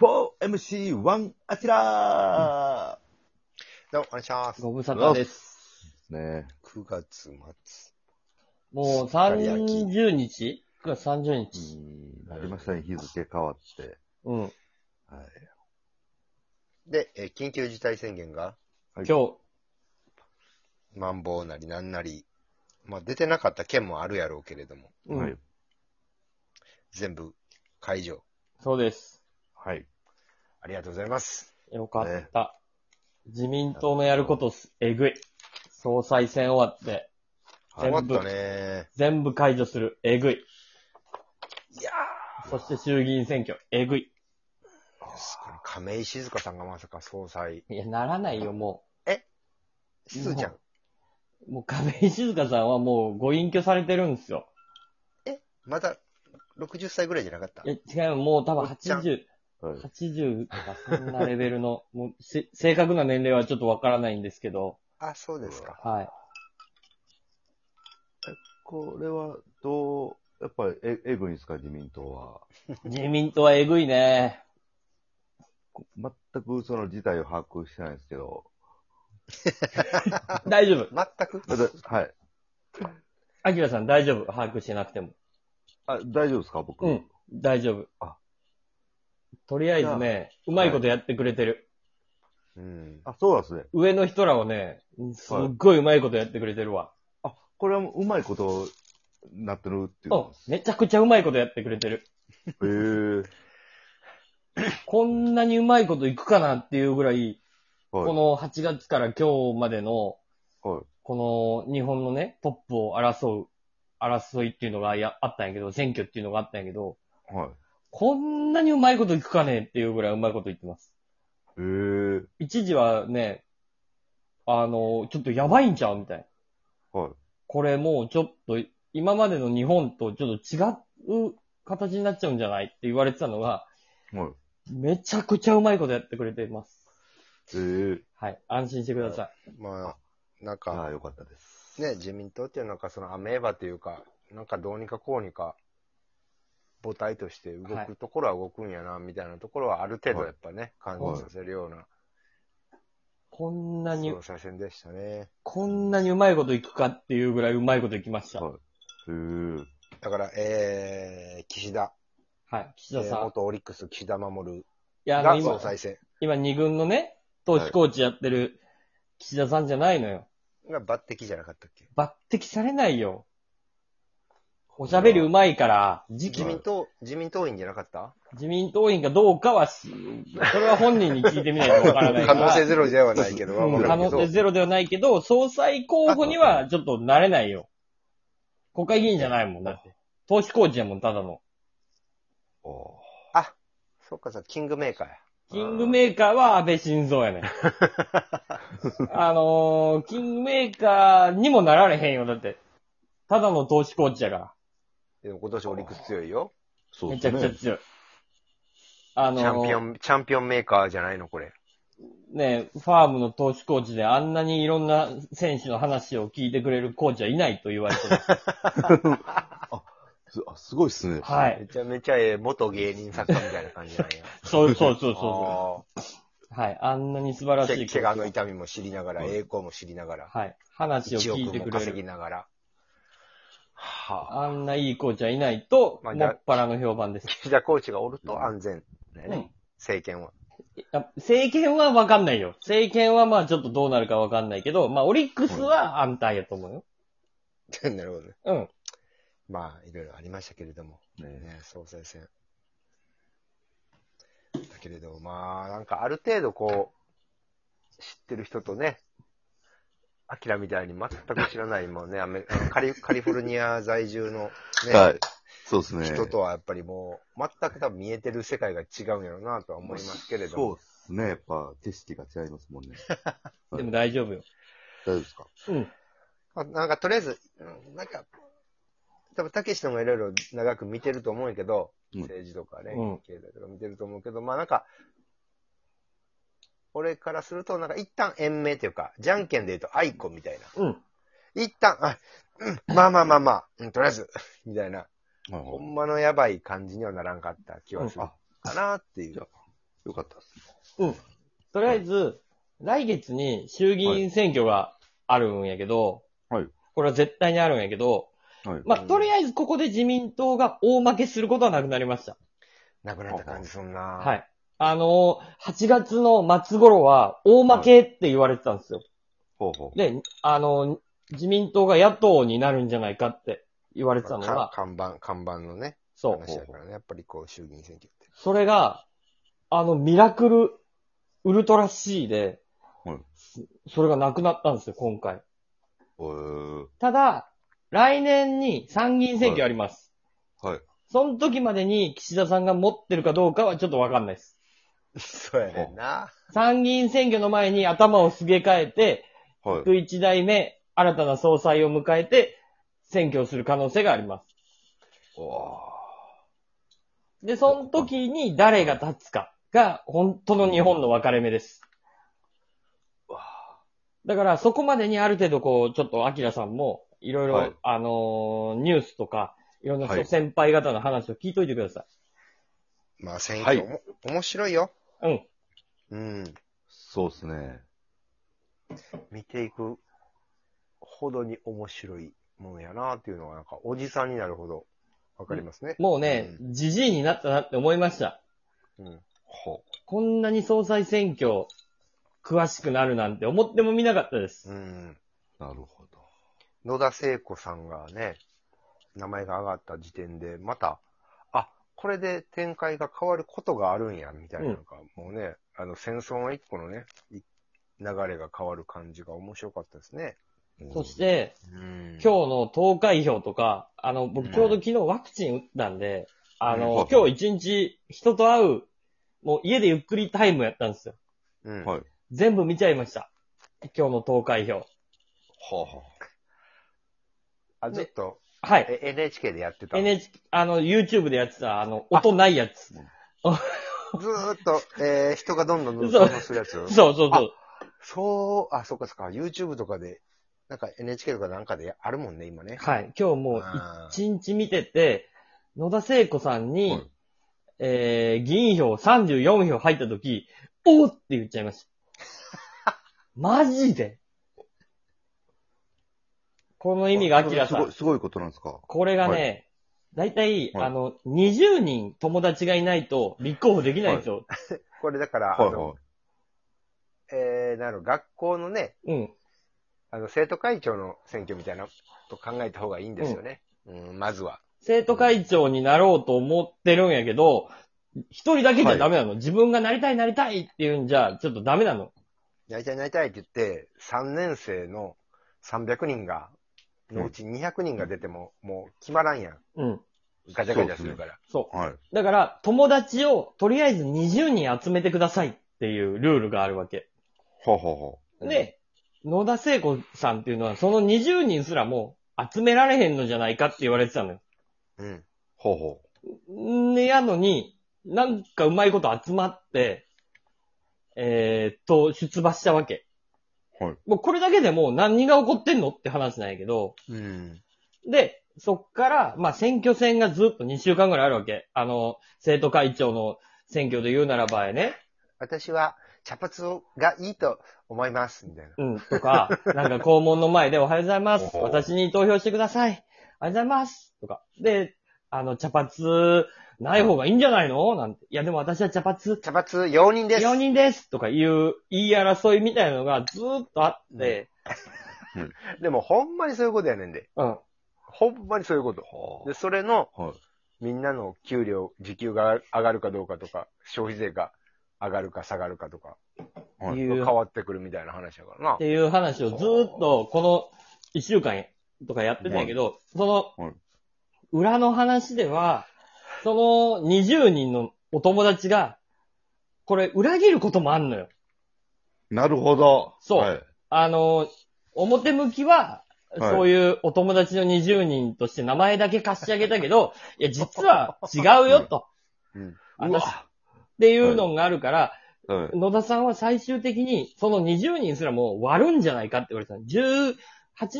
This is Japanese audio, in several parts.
4MC1 アキラどうも、お願いします。ご無沙汰です。ね9月末。もう30日 ?9 月30え日。、なりましたね、日付変わって。うん。はい。で、えー緊急事態宣言が、はい今日、まん防なりなんなり、まあ出てなかった県もあるやろうけれども、うんはい。全部解除。そうです。はい。ありがとうございます。よかった。自民党のやることす、えぐい。総裁選終わって、はい終全わ部ったね。全部解除する、えぐい。いやそして衆議院選挙、えぐい。ー、すごい亀井静香さんがまさか総裁。いや、ならないよ、もしずちゃん。う。もう亀井静香さんはもうご隠居されてるんですよ。まだ60歳ぐらいじゃなかったいや、違うよ、もう多お分っちゃん80、はい80とかそんなレベルの、もうせ正確な年齢はちょっとわからないんですけど、あ、そうですか。はい。これは、どう、やっぱり、え、えぐいんですか、自民党は。自民党はえぐいね。全くその事態を把握してないんですけど。大丈夫。全くだだはい。アキラさん大丈夫。把握してなくても。あ、大丈夫ですか、僕。うん。大丈夫。あとりあえずね、うまいことやってくれてる。うん。あ、そうなんですね。上の人らをね、すっごいうまいことやってくれてるわ。あ、これはもううまいことになってるっていううんこ。めちゃくちゃうまいことやってくれてる。とです。へえ。こんなにうまいこといくかなっていうぐらい、はい。この8月から今日までの、はい。この日本のね、トップを争う、争いっていうのがやあったんやけど、選挙っていうのがあったんやけど、はい。こんなにうまいこといくかねっていうぐらいうまいこと言ってます。へえ。一時はね、あの、ちょっとやばいんちゃうみたいな。はい。これもうちょっと、今までの日本とちょっと違う形になっちゃうんじゃないって言われてたのが、はい。めちゃくちゃうまいことやってくれてます。ええー。はい。安心してくださまあ、なあんあ、か、よかったです。ね、自民党っていうのは、そのアメーバというか、なんかどうにかこうにか、母体として動はいくところは動くんやな、みたいなところはある程度はいやっぱね、感じさせるような、い。こんなに総、裁選でしたね。こんなにうまいこといくかっていうぐらいうまいこといきました。ははいへえ。だから、えー、岸田、い。岸田えさーん。い元オリックス岸田守や、あがの、総今、裁選。今2軍のね、投手コーチやってる岸田さんじゃないのよ。が抜擢じゃなかったっけ抜擢されないよ。おしゃべりうまいから、時期自民党、自民党員じゃなかった自民党員かどうかはし、それは本人に聞いてみないとわからないか可ら。能性ゼロではないけど、うんわから可んけ能ど性ゼロではないけど、総裁候補にはちょっとなれないよ。国会議員じゃないもん、だって。投資コーチやもん、ただの。ああ、そうかさ、キングメーカーや。キングメーカーは安倍晋三やねん。あのー、キングメーカーにもなられへんよ、だって。ただの投資コーチやから。でも今年オリックス強いよ。そうめでちすゃくちゃね。強い。あのチャンピオー、ン、チャンピオンメーカーじゃないの、これ。ね、ファームの投資コーチであんなにいろんな選手の話を聞いてくれるコーチはいないと言わ れてる。すあすごいっすね。はめい。ちゃめちゃええ、元芸人作家みたいな感じなんや。そうそう そうそ。そうはい。あんなに素晴らしいコーチ怪我の痛みも知りながら、うん栄光も知りながら、はい。話を1聞い億てもくれ稼ぎる。ながら。はあ。あんないいコーチはいないと、まあもっぱらの評判です。岸田コーチがおると安全だようね、ん。政権は。 や政権はわかんないよ。政権はまあちょっとどうなるかわかんないけど、まあオリックスは安泰やと思うよ。なるほどね。うん。まあ、いろいろありましたけれども、ねね、総裁選。だけれど、まあ、なんかある程度こう、知ってる人とね、アキラみたいに全く知らないもんね、アメ カリカリフォルニア在住のね、はい。そうですね。人とはやっぱりもう、全く多分見えてる世界が違うんやろうなとは思いますけれども。そうですね。やっぱ景色が違いますもんね。でも大丈夫よ。大丈夫ですかうん。まあなんかとりあえず、うんなんか、多分たけしでもいろいろ長く見てると思うんやけど、うん政治とかね、うん経済とか見てると思うけど、まあなんか、俺からすると、なんか一旦延命というか、じゃんけんで言うと愛子みたいうん。な。一旦、あ、うん、まあまあまあまあ、うん、とりあえず、みたいな、はいほはいんまのやばい感じにはならんかった気はするうんかなっていう。よかったです。うん。とりあえず、来月に衆議院選挙があるんやけど、はいこれは絶対にあるんやけど、はい。まあ、とりあえずここで自民党が大負けすることはなくなりました。なくなった感じすんな。。はいい。あのー、8月の末頃は大負けって言われてたんですよ。ほうほう。で、あのー、自民党が野党になるんじゃないかって言われてたのかが、看板、看板のね、そう。話だからね。やっぱりこう、衆議院選挙って。それが、あの、ミラクル、ウルトラ C で、はいそれがなくなったんですよ、今回。えー、ただ、来年に参議院選挙あります。はい。その時までに岸田さんが持ってるかどうかはちょっとわかんないです。 そうやねんな。参議院選挙の前に頭をすげ替えて、はい。 1代目、新たな総裁を迎えて、選挙をする可能性があります。おで、その時に誰が立つかが、本当の日本の分かれ目です。だから、そこまでにある程度こう、ちょっと、アキラさんも、いろいろ、はいあのーニュースとか、いろんな人はい先輩方の話を聞いといてくださまあ、選挙も、面白いよ。い。うん。うん。そうですね。見ていくほどに面白いものやなっていうのが、なんか、おじさんになるほどわかりますね。もうね、じじいになったなって思いました。うん。ほこんなに総裁選挙、詳しくなるなんて思ってもみなかったです。うん。う。なるほど。野田聖子さんがね、名前が上がった時点で、また、あ、これで展開が変わることがあるんや、みたいな、うんなんか、もうね、あの、戦争の一個のね、い流れが変わる感じが面白かったですね。そし、て、うん今日の投開票とか、あの、う僕んちょうど昨日ワクチン打ったんで、あうんの、今日一日人と会う、もう家でゆっくりタイムやったんですよ。うん。はい。全部見ちゃいました。今日の投開票。はあ、はあ、ずっと、はい。え NHK でやってたの。 NH、あの、YouTube でやってた、あの、音ないやつ。ずーっと、えー、人がどんどんどんそどうんするやつ。そうそうそう。そう、あ、そうかそうか、YouTube とかで、なんか NHK とかなんかであるもんね、今ね。はい。今日もうあー一日見てて、野田聖子さんに、はいえー、議員票34票入った時、おーって言っちゃいました。 マジでこのあ意味がこ明れらさすごんい、。すごいことなんですかこれがね、大体、はいあの、20人友達がいないと立候補できないんですよ。これだから、はいあのはえー、なる学校のね、うん。あの、生徒会長の選挙みたいなと考えた方がいいんですよね。うん、まずは。生徒会長になろうと思ってるんやけど、一人だけじゃダメなの。自分がなりたいなりたいって言うんじゃ、ちょっとダメなの。なりたいなりたいって言って、3年生の300人が、のうち200人が出ても、もう決まらんやん。うん。ガチャガチャするから。そ。い。はいうだから、友達をとりあえず20人集めてくださいっていうルールがあるわけ。はあ、はで、野田聖子さんっていうのは、その20人すらもう集められへんのじゃないかって言われてたのよ。うん。あ、はあ、はんで、やのに、なんかうまいこと集まって、えー、っと、出馬したわけ。あ、はい。もうこれだけでもう何が起こってんのって話なんやけど、うん。で、そっから、まあ、選挙戦がずっと2週間ぐらいあるわけ。あの、生徒会長の選挙で言うならばやね、私は、茶髪をがいいと思います、みたいな。うん、とか、 なんか校門の前でおはようございます。おお私に投票してください。おはようございます。とか。で、あの、茶髪、ない方がいいんじゃないのなんて。いや、でも私は茶髪、茶髪、容認です。 4人ですとかいう言い争いみたいなのがずっとあって、でも、ほんまにそういうことやねんで。うん。ほんまにそういうこと。はで、それの、あ、はい。みんなの給料、時給が上がるかどうかとか、消費税が上がるか下がるかとか、はいい変うわってくるみたいな話だからなっ。ていう話をずーっとこの1週間とかやってたんやけど、そはいの、裏の話では、その20人のお友達が、これ裏切ることもあんのよ。なるほど。そうはい。あの、表向きは、はいそういうお友達の20人として名前だけ貸し上げた けど、いや、実は違うよと。うん。私っていうのがあるから、はい。野田さんは最終的に、その20人すらもう割るんじゃないかって言われてたの。18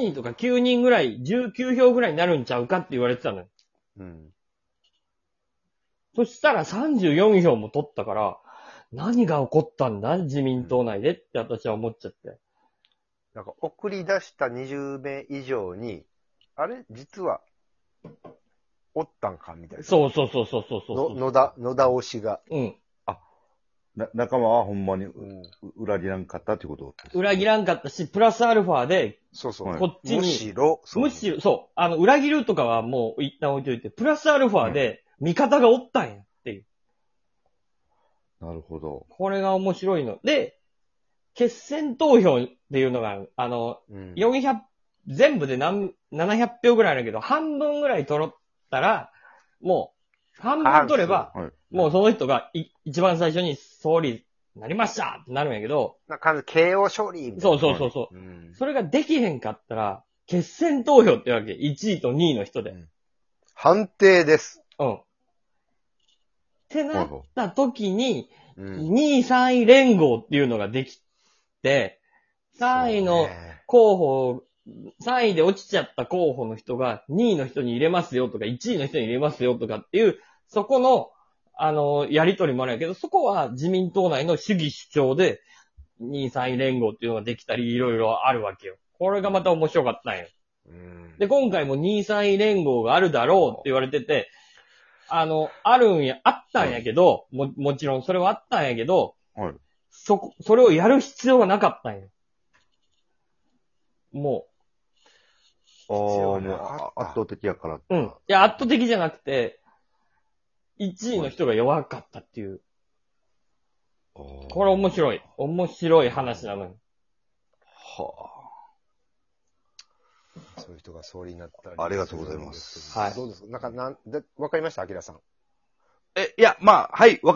人とか9人ぐらい、19票ぐらいになるんちゃうかって言われてたのよ。うん。そしたら34票も取ったから、何が起こったんだ自民党内でって私は思っちゃって。なんか送り出した20名以上に、あれ実は、おったんかみたいな。そうそうそうそうそうそうの野田、野田推しが。うん。な仲間はほんまにううん、裏切らんかったってこと裏切らんかったし、プラスアルファで、そうそう。はいこっちむに、しろ、そうむしろ、そう、あの、裏切るとかはもう一旦置いといて、プラスアルファで味方がおったんやっていう。なるほど。これが面白いの。で、決選投票っていうのが、あの、うん、 400、全部で何、700票ぐらいあるけど、半分ぐらい取ったら、もう、半分取れば、はい。もうその人がい一番最初に総理になりましたってなるんやけど、なんか、KO 勝利みたいな。そうそうそうそう。うん。それができへんかったら、決選投票ってわけ。1位と2位の人で。判定です。うん。ってなった時に、うん。 2位3位連合っていうのができて、3位のそうね候補、3位で落ちちゃった候補の人が2位の人に入れますよとか、1位の人に入れますよとかっていう、そこの、あの、やりとりもあるんやけど、そこは自民党内の主義主張で、2位3位連合っていうのができたり、いろいろあるわけよ。これがまた面白かったんよ。うん。で、今回も2位3位連合があるだろうって言われてて、あの、あるんや、あったんやけど、も、もちろんそれはあったんやけど、はい。そこ、それをやる必要がなかったんよ。もああ、要もはうなかったあ圧倒的やからって。う、うん。いや、圧倒的じゃなくて、1位の人が弱かったっていう。ここれ面白い。面白い話なのに。はそういう人が総理になったりありがとうございますはいどうですかなんか、なんで、わかりましたアキラさん。え、いや、まあ、はい、わかりま